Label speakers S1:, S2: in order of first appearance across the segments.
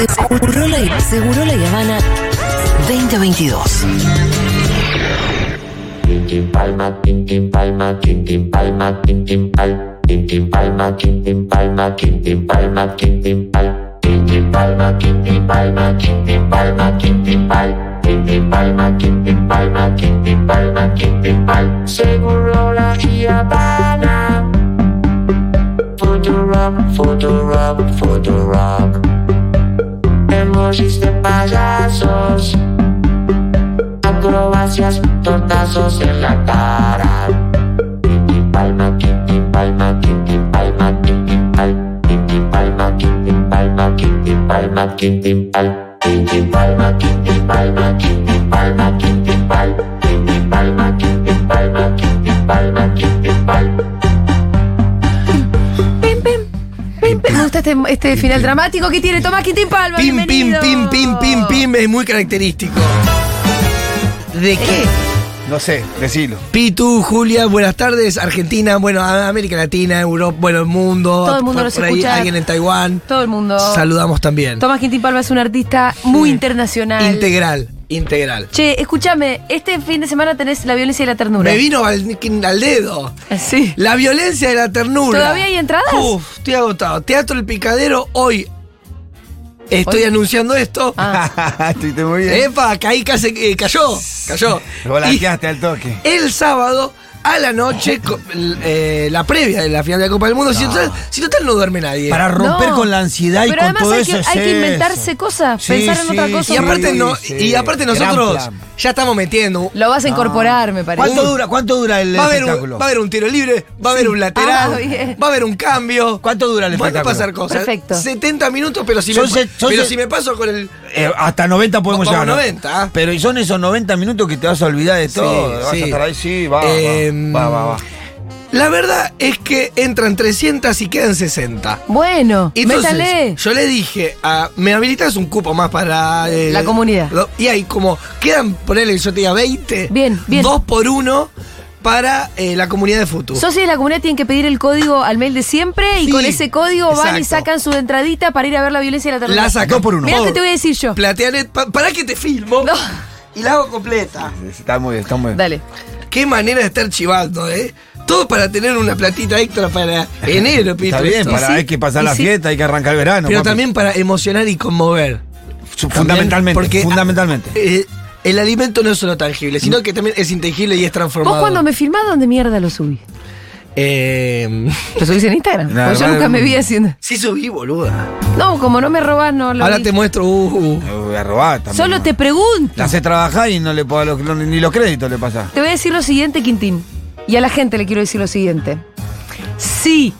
S1: Seguro la, seguro la Habana 2022.
S2: Tintin palma, tintin palma, tintin palma, tintin pal, tintin palma, tintin palma, tintin palma, tintin pal, tintin palma, tintin palma, tintin palma, tintin pal, tintin palma, tintin palma, tintin palma, tintin pal, seguro la Habana. Futurock, Futurock, Futurock. Emojis de payasos acrobacias, tortazos en la cara. Tintin palma, tintin palma, tintin palma, tintin pal, tintin palma, tintin palma, tintin palma, tintin pal, tintin palma, tintin palma, tintin palma, tintin pal, tintin palma, tintin palma, tintin palma, tintin pal.
S3: Pim, pim. Pim, pim. Me gusta este, este final dramático que tiene Tomás Quintín Palma.
S4: Pim, pim,
S3: bienvenido.
S4: pim, pim, pim, pim, es muy característico. ¿De qué?
S5: No sé, decilo.
S4: Pitu, Julia, buenas tardes. Argentina, bueno, a- América Latina, Europa, bueno, el mundo.
S3: Todo el mundo
S4: por,
S3: nos
S4: por ahí
S3: escucha.
S4: alguien en Taiwán.
S3: Todo el mundo.
S4: Saludamos también.
S3: Tomás Quintín Palma es un artista muy internacional.
S4: Integral, integral.
S3: che, escúchame, este fin de semana tenés la violencia y la ternura. Ah,
S4: Me vino al, al dedo.
S3: Sí.
S4: La violencia de la ternura.
S3: ¿Todavía hay entradas?
S4: Uf, estoy agotado. Teatro El Picadero hoy. Estoy
S3: Hoy.
S4: anunciando esto.
S3: Ah.
S5: Estuviste muy bien.
S4: Epa, caí, casi, eh, cayó, cayó.
S5: Volateaste al toque.
S4: Y el sábado a la noche, co- l- eh, la previa de la final de la Copa del Mundo. Si, total, si total no duerme nadie.
S6: Para romper
S3: eh, No.
S6: con la ansiedad y
S3: Pero
S6: con
S3: además
S6: todo
S3: hay,
S6: eso
S3: que,
S6: es
S3: hay que
S6: eso.
S3: inventarse cosas,
S6: Sí,
S3: pensar en
S6: sí,
S3: otra cosa.
S4: y aparte, no,
S5: sí.
S4: y aparte
S5: Gran
S4: nosotros
S5: plan.
S4: ya estamos metiendo.
S3: Lo vas a incorporar, me parece.
S6: ¿Cuánto dura, ¿Cuánto dura el
S4: Va a, haber un,
S6: espectáculo?
S4: va a haber un tiro libre, va a haber un lateral,
S3: Ah, bien.
S4: va a haber un cambio.
S6: ¿Cuánto dura el
S4: Van a
S6: espectáculo?
S4: pasar cosas.
S3: Perfecto.
S4: 70 minutos, pero si, me,
S6: Son se- son
S4: pero
S6: se-
S4: si me paso con el.
S6: Eh, hasta 90 podemos
S4: Vamos
S6: llegar. ¿no?
S4: 90, ah.
S6: Pero son esos 90 minutos que te vas a olvidar de todo.
S5: vas a estar ahí, sí, va,
S4: Em,
S5: va, va, va.
S4: La verdad es que entran 300 y quedan 60.
S3: Bueno,
S4: Entonces,
S3: métale.
S4: yo le dije, a- me habilitas un cupo más para... eh,
S3: La comunidad.
S4: lo- Y ahí como, quedan, ponele que yo te diga 20.
S3: Bien, bien.
S4: Dos por uno para eh, la comunidad de Futu.
S3: Socios de la comunidad tienen que pedir el código al mail de siempre y
S4: Sí,
S3: con ese código van y
S4: exacto.
S3: sacan su entradita para ir a ver la violencia y la ternura.
S4: La sacó por uno.
S3: Mirá que te voy a decir yo.
S4: Plateanet, pa- pará que te filmo.
S3: No.
S4: Y la hago completa.
S5: Está muy bien, está muy bien.
S3: Dale.
S4: Qué manera de estar chivando, ¿eh? Todo para tener una platita extra para enero, Pitu,
S6: Está bien,
S4: esto.
S6: para,
S3: sí,
S6: hay que pasar
S3: y
S6: la
S3: sí.
S6: fiesta, hay que arrancar el verano.
S4: Pero
S6: papi.
S4: también para emocionar y conmover.
S6: Su- fundamentalmente,
S4: Porque, ah,
S6: fundamentalmente.
S4: eh, el alimento no es solo tangible, sino que también es intangible y es transformado.
S3: Vos cuando me filmás, ¿dónde mierda lo subís?
S4: Eh,
S3: ¿Lo subís en Instagram?
S6: Nah,
S3: Porque yo
S6: vale.
S3: nunca me vi haciendo.
S4: sí subí, boluda.
S6: Ah.
S3: No, como no me robás, no lo
S4: Ahora
S3: vi.
S4: te muestro. uh, uh.
S6: Me voy a robar también.
S3: Solo
S6: ¿no?
S3: te pregunto.
S6: La hace trabajar y no le paga los- ni los créditos le pasa.
S3: Te voy a decir lo siguiente, Quintín. Y a la gente le quiero decir lo siguiente. Si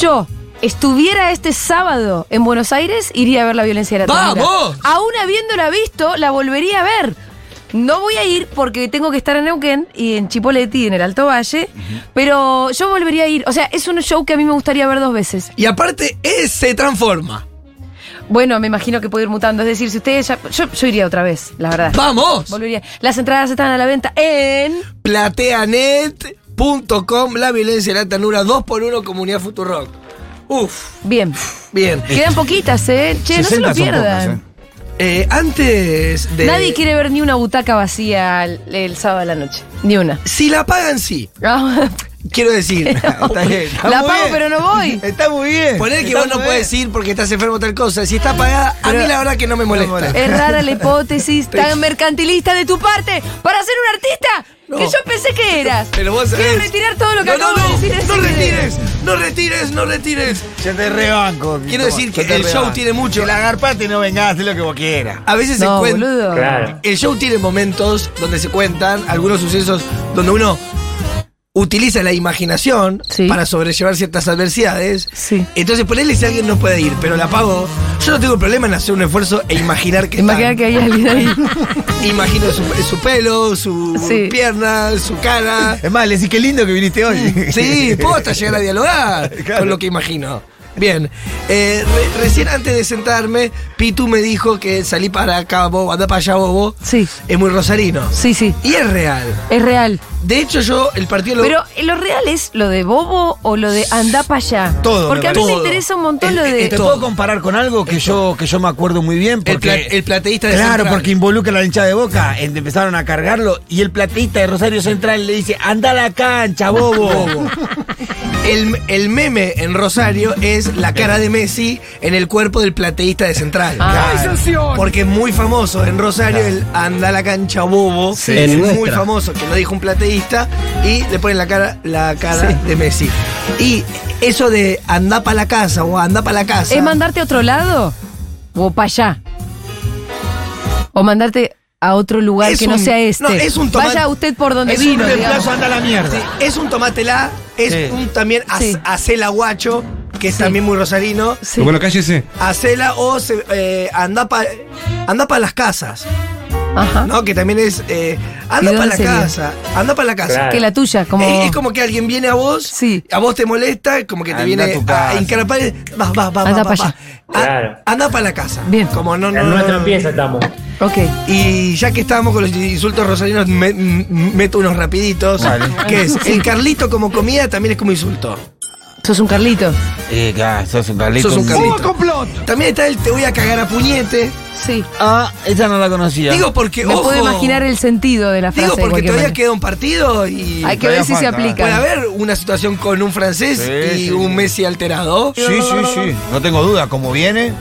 S3: yo estuviera este sábado en Buenos Aires, iría a ver la violencia de la ternura.
S4: ¡Vamos!
S3: Aún habiéndola visto, la volvería a ver. No voy a ir porque tengo que estar en Neuquén y en Chipoleti y en el Alto Valle, pero yo volvería a ir. O sea, es un show que a mí me gustaría ver dos veces.
S4: Y aparte, eh, se transforma.
S3: Bueno, me imagino que puede ir mutando. Es decir, si ustedes ya. Yo, yo iría otra vez, la verdad.
S4: ¡Vamos!
S3: Volvería. Las entradas están a la venta en.
S4: Plateanet.com, la violencia y la ternura, 2x1, comunidad Futurock. Uf,
S3: Bien.
S4: bien.
S3: Quedan poquitas, ¿eh? Che, no se
S6: 60 son
S3: lo pierdan.
S6: pocas, ¿eh?
S4: Eh, antes de.
S3: Nadie quiere ver ni una butaca vacía el, el sábado de la noche. Ni una.
S4: Si la pagan, sí.
S3: la
S4: Quiero decir.
S6: Está bien, está muy
S3: pago,
S6: bien.
S3: pero no voy.
S6: Está muy bien.
S4: Poner que
S6: Está
S4: vos no
S6: muy
S4: puedes
S6: bien.
S4: ir porque estás enfermo tal cosa. Si está pagada, a mí la verdad que no me molesta.
S6: molesta.
S3: Es rara la hipótesis tan mercantilista de tu parte para ser un artista
S4: No.
S3: que yo pensé que eras.
S4: Pero vos
S3: Quiero
S4: sabés.
S3: retirar todo lo que
S4: no,
S3: acabo
S4: no, no,
S3: de decir. en
S4: No
S3: ese
S4: retires, no retires, no retires.
S6: Yo te rebanco.
S4: Quiero
S6: Tomás,
S4: decir
S6: yo
S4: que
S6: te
S4: el show
S6: rebanco.
S4: tiene mucho.
S6: Que la garpate y no vengaste lo que vos quieras.
S4: A veces
S3: video. No,
S4: se cuenta.
S3: boludo.
S4: El show tiene momentos donde se cuentan algunos sucesos donde uno utiliza la imaginación
S3: Sí.
S4: para sobrellevar ciertas adversidades.
S3: Sí.
S4: Entonces, ponele si alguien no puede ir, pero la pago. Yo no tengo problema en hacer un esfuerzo e imaginar que
S3: Imaginar
S4: están.
S3: que hay alguien ahí.
S4: Imagino su, su pelo, su
S3: Sí.
S4: pierna, su cara. Mm,
S6: Es más, le decís qué lindo que viniste hoy.
S4: Sí, puedo hasta llegar a dialogar
S6: Claro.
S4: con lo que imagino. Bien. Eh, re- recién antes de sentarme, Pitu me dijo que salí para acá, bobo, anda para allá, bobo.
S3: Sí.
S4: Es muy rosarino.
S3: Sí, sí.
S4: Y es real.
S3: Es real.
S4: De hecho, yo el partido lo.
S3: Pero eh, lo real es lo de bobo o lo de andá para allá.
S6: Todo,
S3: Porque
S6: me
S3: a mí me
S4: parece.
S3: interesa un montón lo
S6: Eh,
S3: de.
S6: eh, ¿Te puedo comparar con algo que yo, que yo me acuerdo muy bien?
S4: el,
S6: Porque,
S4: pla- el plateísta de
S6: claro,
S4: Central.
S6: porque involucra a la hinchada de Boca. en- Empezaron a cargarlo y el plateísta de Rosario Central le dice, anda a la cancha, bobo.
S4: El, el meme en Rosario es la cara de Messi en el cuerpo del plateísta de Central.
S3: Ah.
S4: Claro. Porque es muy famoso en Rosario el anda a la cancha bobo.
S7: En
S4: es muy
S7: nuestra.
S4: famoso, que lo dijo un plateísta. Y le ponen la cara, la cara de Messi. Y eso de anda para la casa o anda para la casa.
S3: ¿Es mandarte a otro lado? ¿O para allá? ¿O mandarte a otro lugar
S4: Es
S3: que no
S4: un-
S3: sea este?
S4: no, es un tomate-
S3: Vaya usted por donde
S4: es un
S3: vino. digamos.
S6: Reemplazo, anda a la
S4: Sí,
S6: mierda.
S4: es un tomatela, es
S6: Sí.
S4: un también ac-
S3: Sí.
S4: acela guacho, que es también muy rosarino.
S3: Sí.
S7: Bueno, cállese.
S4: Acela o se- eh, anda para anda pa las casas.
S3: Ajá.
S4: No, que también es. eh, anda
S3: ¿Y dónde
S4: para la
S3: sería?
S4: casa. Anda para la casa.
S2: Claro.
S3: Que la tuya, como.
S4: Eh, es como que alguien viene a vos,
S3: Sí.
S4: a vos te molesta, como que te
S5: Anda a
S4: viene
S5: tu
S4: a,
S5: casa.
S4: encarapar. Vas, vas, vas,
S3: Anda
S4: vas, vas,
S3: pa' allá.
S4: vas. A-
S2: Claro.
S4: Anda para la casa.
S3: Bien.
S4: Como no, no,
S2: En
S4: no,
S2: nuestra
S4: no.
S2: empieza estamos.
S3: Ok.
S4: Y ya que estábamos con los insultos rosarinos, me- m- meto unos rapiditos. Que es, el Carlito como comida también es como insulto.
S3: Sos un Carlito.
S5: Eh, claro, sos un carlito.
S4: Sos un
S5: carlito.
S4: Carlito. También está el te voy a cagar a puñete.
S3: Sí.
S6: Ah, esa no la conocía.
S4: Digo porque,
S3: Me
S4: Eh, ojo,
S3: puedo imaginar el sentido de la frase.
S4: Digo
S3: de
S4: porque
S3: cualquier
S4: todavía
S3: manera.
S4: queda un partido y...
S3: Hay que ver si se
S5: Todavía falta.
S3: aplica.
S4: Puede haber una situación con un francés
S5: Sí,
S4: y
S5: sí,
S4: un
S5: sí.
S4: Messi alterado.
S5: Sí, sí, sí. No tengo duda, como viene.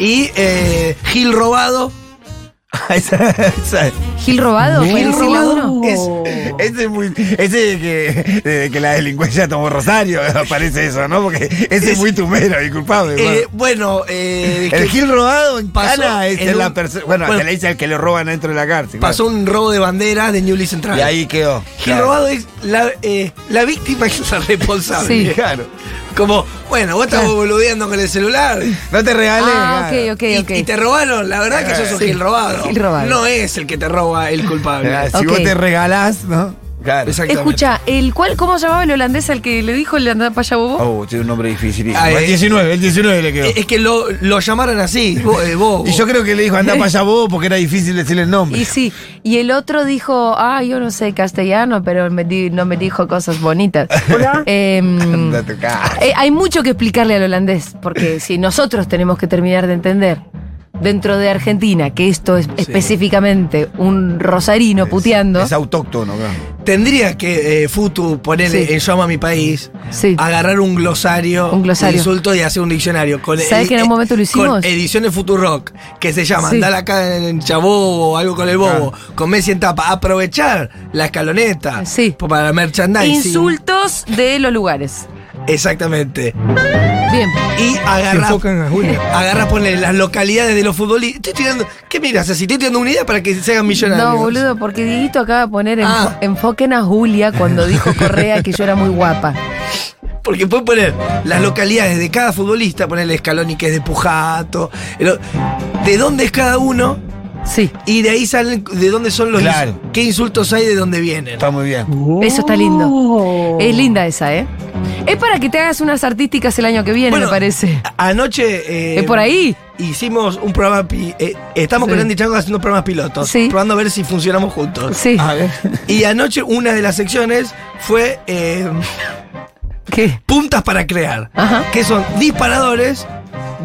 S4: Y eh, Gil robado.
S5: esa, esa-
S3: Gil robado. ¿Puede
S4: Gil
S3: decirla
S4: robado
S3: uno?
S4: es-
S5: Ese es muy. Ese que, de que la delincuencia tomó Rosario, aparece eso, ¿no? Porque ese es muy tumero, disculpame.
S4: eh,
S5: hermano.
S4: bueno, eh,
S5: el
S4: que
S5: Gil robado en
S4: pasó
S5: Cana este es
S4: en
S5: la
S4: un-
S5: persona. Bueno,
S4: bueno.
S5: se le dice al que le roban dentro de la cárcel.
S4: pasó un robo de bandera de Newly
S5: claro.
S4: Central.
S5: Y ahí quedó.
S4: Gil
S5: claro.
S4: robado es la, eh, la víctima es la responsable.
S3: Sí.
S5: Claro.
S4: Como, bueno, vos estás boludeando con el celular.
S5: No te regales.
S3: Ah, ok,
S5: claro.
S3: ok,
S4: y,
S3: ok.
S4: y te robaron, la
S5: Eh,
S4: verdad que sos un Gil robado.
S3: Gil robado.
S4: No es el que te roba el culpable.
S5: Ah, Si
S3: Ok.
S5: vos te regalás, ¿no? Claro.
S4: Exactamente.
S3: Escucha, el cual, ¿cómo llamaba el holandés al que le dijo el andar para allá bobo?
S5: Oh, tiene un nombre difícil.
S4: Ah, eh,
S6: El 19, el 19 le quedó.
S4: Es que lo, lo llamaron así, bo- eh, bobo.
S5: Eh, Y yo creo que le dijo, anda para allá vos, porque era difícil decirle el nombre.
S3: Y sí, y el otro dijo, ah, yo no sé castellano, pero me di- no me dijo cosas bonitas. Eh,
S5: Anda a tu casa.
S3: eh, hay mucho que explicarle al holandés, porque si nosotros tenemos que terminar de entender dentro de Argentina, que esto es específicamente un rosarino puteando,
S5: Es autóctono, claro.
S4: Tendría que eh, Futu ponerle
S3: Sí.
S4: en Yo amo a mi país,
S3: Sí.
S4: agarrar un glosario,
S3: Un glosario.
S4: de insulto y hacer un diccionario. Con
S3: ¿Sabes
S4: edi- eh,
S3: que en un momento lo hicimos?
S4: Con ediciones Futurock, que se llama
S3: Sí.
S4: Andar acá en Chabó o algo con el bobo, con Messi en tapa, aprovechar la escaloneta
S3: Eh, Sí.
S4: po- para merchandising.
S3: insultos de los lugares.
S4: Exactamente.
S3: Bien.
S4: Y agarrar,
S7: enfocan a Julia.
S4: agarrar ponerle las localidades de los futbolistas. Estoy tirando, ¿qué miras? Si estoy tirando una idea para que se hagan millonarios.
S3: No, boludo, porque Dieguito acaba de poner enfo-
S4: Ah.
S3: enfoquen a Julia cuando dijo Correa que yo era muy guapa.
S4: Porque puede poner las localidades de cada futbolista, ponerle Scaloni que es de Pujato, el o- de dónde es cada uno
S3: Sí,
S4: y de ahí salen de dónde son los
S5: Claro.
S4: ins- qué insultos hay de dónde vienen.
S5: Está muy bien.
S3: eso está lindo.
S4: Oh.
S3: Es linda esa, ¿eh? Es para que te hagas unas artísticas el año que viene,
S4: Bueno,
S3: me parece.
S4: a- Anoche eh,
S3: ¿Es por ahí?
S4: hicimos un programa pi- eh, estamos
S3: Sí.
S4: con Andy Chango haciendo programas pilotos,
S3: Sí.
S4: probando a ver si funcionamos juntos.
S3: Sí.
S4: Y anoche una de las secciones fue eh,
S3: ¿Qué?
S4: puntas para crear,
S3: Ajá.
S4: que son disparadores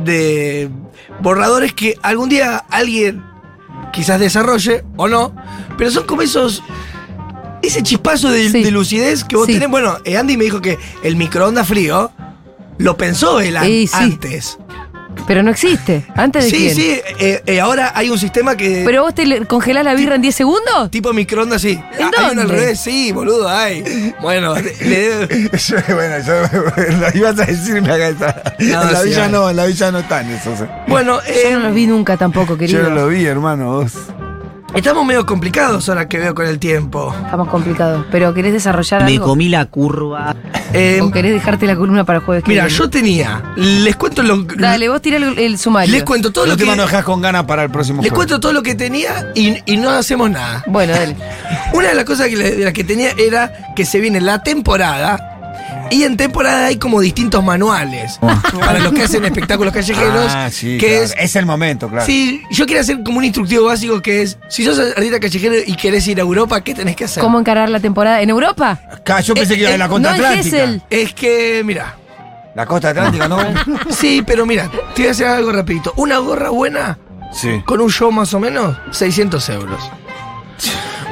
S4: de borradores que algún día alguien quizás desarrolle o no, pero son como esos ese chispazo de,
S3: Sí.
S4: de lucidez que vos
S3: Sí.
S4: tenés. Bueno, eh, Andy me dijo que el microondas frío lo pensó él an-
S3: Y sí.
S4: antes.
S3: Pero no existe. ¿Antes de
S4: Sí, eh.
S3: quién?
S4: sí, eh, eh, ahora hay un sistema que
S3: ¿Pero vos te le- congelás la birra en 10 segundos?
S4: tipo microondas sí.
S3: ¿En
S4: Ah, hay uno al
S3: dónde?
S4: revés, sí, boludo, hay. Bueno, le debe-
S5: Yo, bueno, yo lo ibas a decirme acá. Está.
S4: No,
S5: en la
S4: sí,
S5: villa
S4: hay.
S5: no, en la villa no están esos.
S4: Bueno,
S3: Yo
S4: eh,
S3: no los vi nunca tampoco,
S5: Yo
S3: querido.
S5: no lo vi, hermano, vos.
S4: estamos medio complicados ahora que veo con el tiempo.
S3: Estamos complicados. ¿Pero querés desarrollar
S7: Me
S3: algo?
S7: comí la curva.
S4: Eh,
S3: ¿O querés dejarte la columna para el jueves que
S4: Mira,
S3: viene?
S4: yo tenía. Les cuento lo
S3: Dale, vos tirá el, el sumario.
S4: Les cuento todo
S5: Todo
S4: lo que.
S5: último no dejás con ganas para el próximo
S4: Les
S5: juego.
S4: cuento todo lo que tenía y, y no hacemos nada.
S3: Bueno, dale.
S4: Una de las cosas que, le- de las que tenía era que se viene la temporada Y en temporada hay como distintos manuales para los que hacen espectáculos callejeros.
S5: Ah, sí,
S4: que
S5: claro.
S4: es,
S5: el momento, claro.
S4: Sí, yo quiero hacer como un instructivo básico que es, si sos artista callejero y querés ir a Europa, ¿qué tenés que hacer?
S3: ¿Cómo encarar la temporada en Europa?
S5: Acá, Yo pensé que iba
S4: Eh,
S5: de la
S4: eh,
S5: costa
S3: no, en
S5: atlántica.
S3: Gessel.
S4: Es que, mira,
S5: La costa atlántica, ¿no?
S4: sí, pero mira, te voy a hacer algo rapidito. Una gorra buena
S5: sí.
S4: con un show más o menos, 600 euros.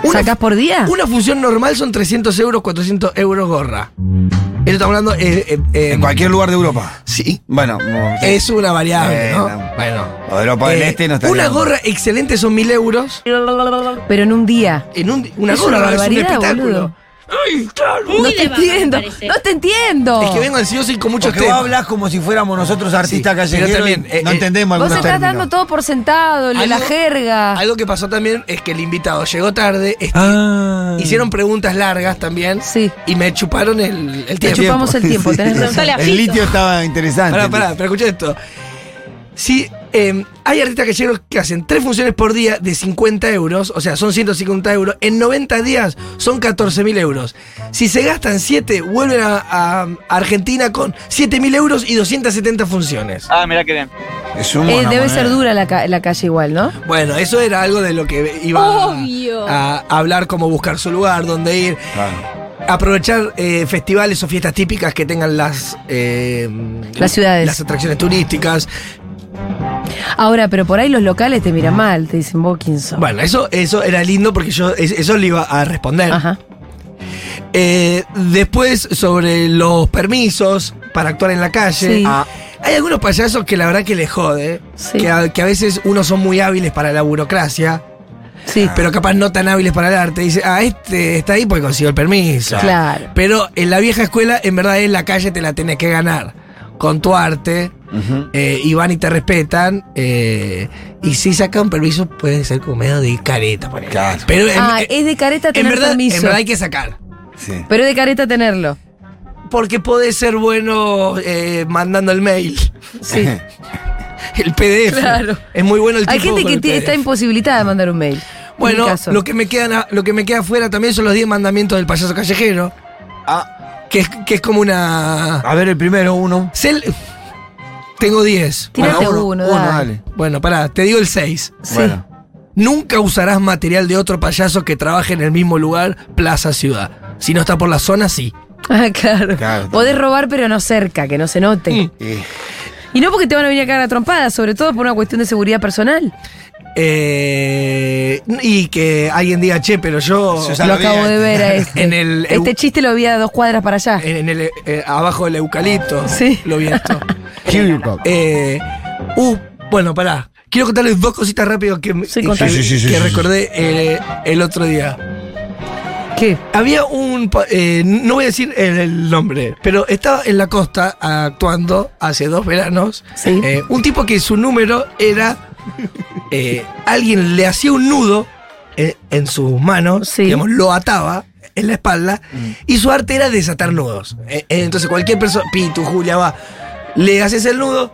S4: Una,
S3: ¿Sacás por día?
S4: una función normal son 300 euros, 400 euros gorra. Esto estamos hablando... eh, eh, eh,
S5: En cualquier lugar de Europa.
S4: sí.
S5: Bueno, no, sí.
S4: Es una variable, ¿no?
S5: Bueno.
S4: Bueno.
S5: O de Europa del
S4: Eh,
S5: Este no está
S4: una
S5: bien.
S4: gorra excelente son 1000 euros.
S3: Pero en un día.
S4: en un, una
S3: Es
S4: gorra,
S3: una
S4: es un
S3: barbaridad,
S4: espectáculo.
S3: boludo.
S4: Ay, claro.
S3: no
S7: Muy
S3: te
S7: de baja, me
S3: entiendo.
S7: parece.
S3: No te entiendo.
S4: Es que vengo ansioso y con muchos
S6: Porque vos
S4: temas.
S6: hablas como si fuéramos nosotros artistas
S4: Sí,
S6: callejeros.
S4: pero también,
S6: y
S4: eh,
S5: no
S4: eh,
S5: entendemos
S3: Vos
S5: algunos
S3: estás
S5: términos.
S3: dando todo por sentado, la
S4: Algo-
S3: jerga.
S4: Algo que pasó también es que el invitado llegó tarde, est-
S5: Ah.
S4: hicieron preguntas largas también
S3: Sí.
S4: y me chuparon el, el
S3: Te
S4: tiempo.
S3: chupamos el tiempo, tenés razón.
S7: Preguntale a
S5: El
S7: Fito.
S5: litio estaba interesante.
S4: Pará, pará, pero escucha esto. Sí, eh, hay artistas callejeros que hacen tres funciones por día de 50 euros, o sea, son 150 euros. En 90 días son 14 mil euros. Si se gastan 7, vuelven a, a Argentina con 7 mil euros y 270 funciones.
S8: Ah, mirá que bien.
S5: Es un
S3: Eh,
S5: mono,
S3: debe
S5: eh.
S3: ser dura la, ca- la calle igual, ¿no?
S4: Bueno, eso era algo de lo que iba a-
S7: Obvio.
S4: a, hablar, cómo buscar su lugar, dónde ir.
S5: Claro.
S4: Aprovechar eh, festivales o fiestas típicas que tengan las, eh,
S3: Las ciudades.
S4: Las atracciones turísticas.
S3: Ahora, pero por ahí los locales te miran mal, te dicen Bokinson.
S4: Bueno, eso, eso era lindo porque yo es- eso le iba a responder.
S3: Ajá.
S4: Eh, después, sobre los permisos para actuar en la calle.
S3: Sí.
S4: Ah, Hay algunos payasos que la verdad que les jode.
S3: Sí.
S4: Que, a, que a veces unos son muy hábiles para la burocracia.
S3: Sí.
S4: pero capaz no tan hábiles para el arte. Dice, ah, este está ahí porque consiguió el permiso.
S3: Claro.
S4: Pero en la vieja escuela, en verdad, en la calle te la tenés que ganar. Con tu arte, eh, y van y te respetan. eh, y si sacan permiso, pueden ser como medio de careta. ponele.
S5: Claro.
S4: Pero en,
S3: Ah,
S4: en-
S3: es de careta
S4: en
S3: tener
S4: verdad,
S3: permiso.
S4: en verdad hay que sacar.
S5: Sí.
S3: Pero es de careta tenerlo.
S4: Porque podés ser bueno eh, mandando el mail,
S3: Sí.
S4: el PDF.
S3: Claro.
S4: Es muy bueno el
S3: hay
S4: tipo
S3: gente
S4: con
S3: que
S4: el
S3: ti-
S4: PDF.
S3: está imposibilitada de mandar un mail. En
S4: Bueno,
S3: mi caso.
S4: lo que, me quedan, lo que me queda afuera también son los 10 mandamientos del payaso callejero.
S5: Ah,
S4: Que es, que es como una.
S6: A ver, el primero, uno.
S4: Cel- Tengo 10.
S3: Tírate uno, dale.
S4: Bueno, pará, te digo el 6.
S3: Sí.
S5: Bueno.
S4: Nunca usarás material de otro payaso que trabaje en el mismo lugar, plaza, ciudad. Si no está por la zona, sí.
S3: Ah, claro.
S5: Claro.
S3: Podés robar, pero no cerca, que no se note.
S4: Mm.
S5: Y-
S3: Y no porque te van a venir a cagar a trompadas, sobre todo por una cuestión de seguridad personal.
S4: Eh, y que alguien diga, che, pero yo.
S5: Yo Ya
S3: lo
S5: lo vi
S3: acabo
S5: a
S3: de
S5: este.
S3: ver a este.
S4: En el-
S3: este chiste lo vi a dos cuadras para allá.
S4: En el, eh, abajo del eucalipto.
S3: Sí.
S4: Lo vi esto.
S5: Hugo.
S4: Eh, uh, bueno, pará. Quiero contarles dos cositas rápido que, me-
S3: Sí,
S4: que-
S3: contá.
S5: Sí, sí, sí,
S4: que
S5: sí, sí.
S4: recordé eh, el otro día.
S3: ¿Qué?
S4: Había un... pa- eh, no voy a decir el, el nombre, pero estaba en la costa actuando hace dos veranos.
S3: Sí.
S4: eh, un tipo que su número era... eh, alguien le hacía un nudo eh, en sus manos,
S3: Sí. Mm.
S4: digamos, lo ataba en la espalda, y su arte era desatar nudos. Eh, eh, entonces cualquier persona, Pitu, Julia, va, le haces el nudo,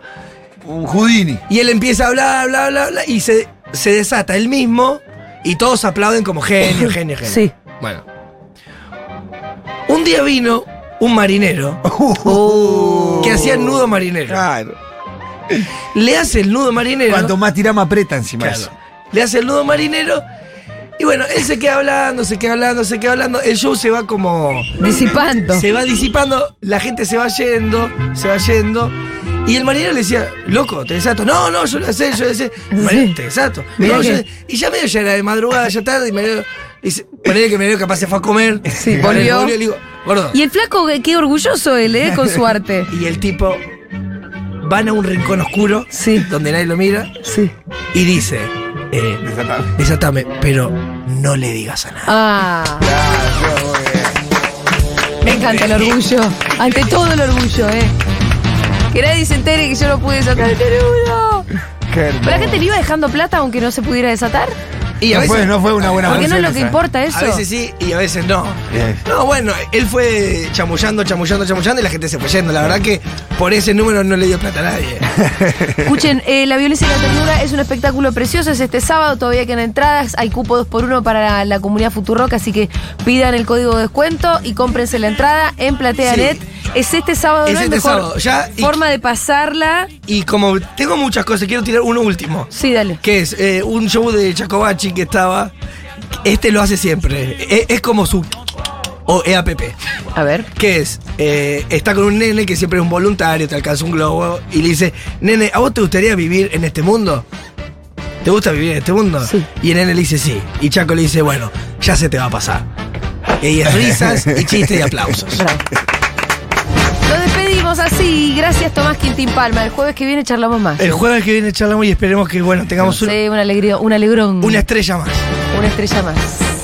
S5: Un Houdini.
S4: y él empieza a hablar, bla, bla, bla, y se, se desata él mismo y todos aplauden como genio, genio, genio.
S3: Sí.
S4: Bueno. Un día vino un marinero que hacía el nudo marinero.
S5: Claro.
S4: Le hace el nudo marinero.
S5: Cuanto más tira, más aprieta encima
S4: Claro.
S5: eso.
S4: Le hace el nudo marinero. Y bueno, él se queda hablando, se queda hablando, se queda hablando. El show se va como.
S3: Disipando.
S4: Se va disipando, la gente se va yendo, se va yendo. Y el marinero le decía, loco, te desato. No, no, yo lo sé, yo lo sé. El marinero, Te desato.
S3: Mirá
S4: No, yo
S3: que-
S4: le- y ya medio ya era de madrugada, ya tarde, y me dice, ponele que el marinero capaz se fue a comer.
S3: Sí,
S4: Con el
S3: volvió.
S4: le digo, gordo.
S3: Y el flaco, qué- qué orgulloso él, ¿eh? Con su arte.
S4: Y el tipo van a un rincón oscuro,
S3: Sí.
S4: donde nadie lo mira,
S3: Sí.
S4: y dice, eh, desatame, pero no le digas a nadie.
S3: Ah. Me encanta el orgullo. Ante todo el orgullo, ¿eh? Que nadie se entere que yo no pude desatar el uno.
S5: Qué
S3: ¿Pero la gente
S5: hermoso.
S3: le iba dejando plata aunque no se pudiera desatar?
S4: Y a
S5: No fue,
S4: veces-
S5: no fue una buena
S3: Porque no es lo que
S5: esa.
S3: importa eso.
S4: A veces sí y a veces no.
S5: Bien.
S4: No, bueno, él fue chamullando, chamullando, chamullando y la gente se fue yendo. La verdad que por ese número no le dio plata a nadie.
S3: Escuchen, eh, La violencia y la ternura es un espectáculo precioso. Es este sábado, todavía quedan entradas. Hay cupo 2 por 1 para la, la comunidad Futurock, así que pidan el código de descuento y cómprense la entrada en PlateaNet. Es este sábado,
S4: Es
S3: ¿no?
S4: este
S3: mejor
S4: sábado, ya, y-
S3: Forma de pasarla.
S4: Y como tengo muchas cosas, quiero tirar uno último.
S3: Sí, dale.
S4: Que es eh, un show de Chacobachi que estaba. Este lo hace siempre. Es, es como su. O E EAPP.
S3: A ver.
S4: Que es. eh, está con un nene que siempre es un voluntario, te alcanza un globo y le dice: Nene, ¿a vos te gustaría vivir en este mundo? ¿Te gusta vivir en este mundo?
S3: Sí.
S4: Y el nene le dice: Sí. Y Chaco le dice: Bueno, ya se te va a pasar. Y ahí es risas y chistes y aplausos.
S3: Bravo. Lo despedimos así. Gracias, Tomás Quintín Palma. El jueves que viene charlamos más.
S4: El jueves que viene charlamos y esperemos que, bueno, tengamos un-
S3: Sí, un alegría, un alegrón.
S4: una estrella más.
S3: una estrella más.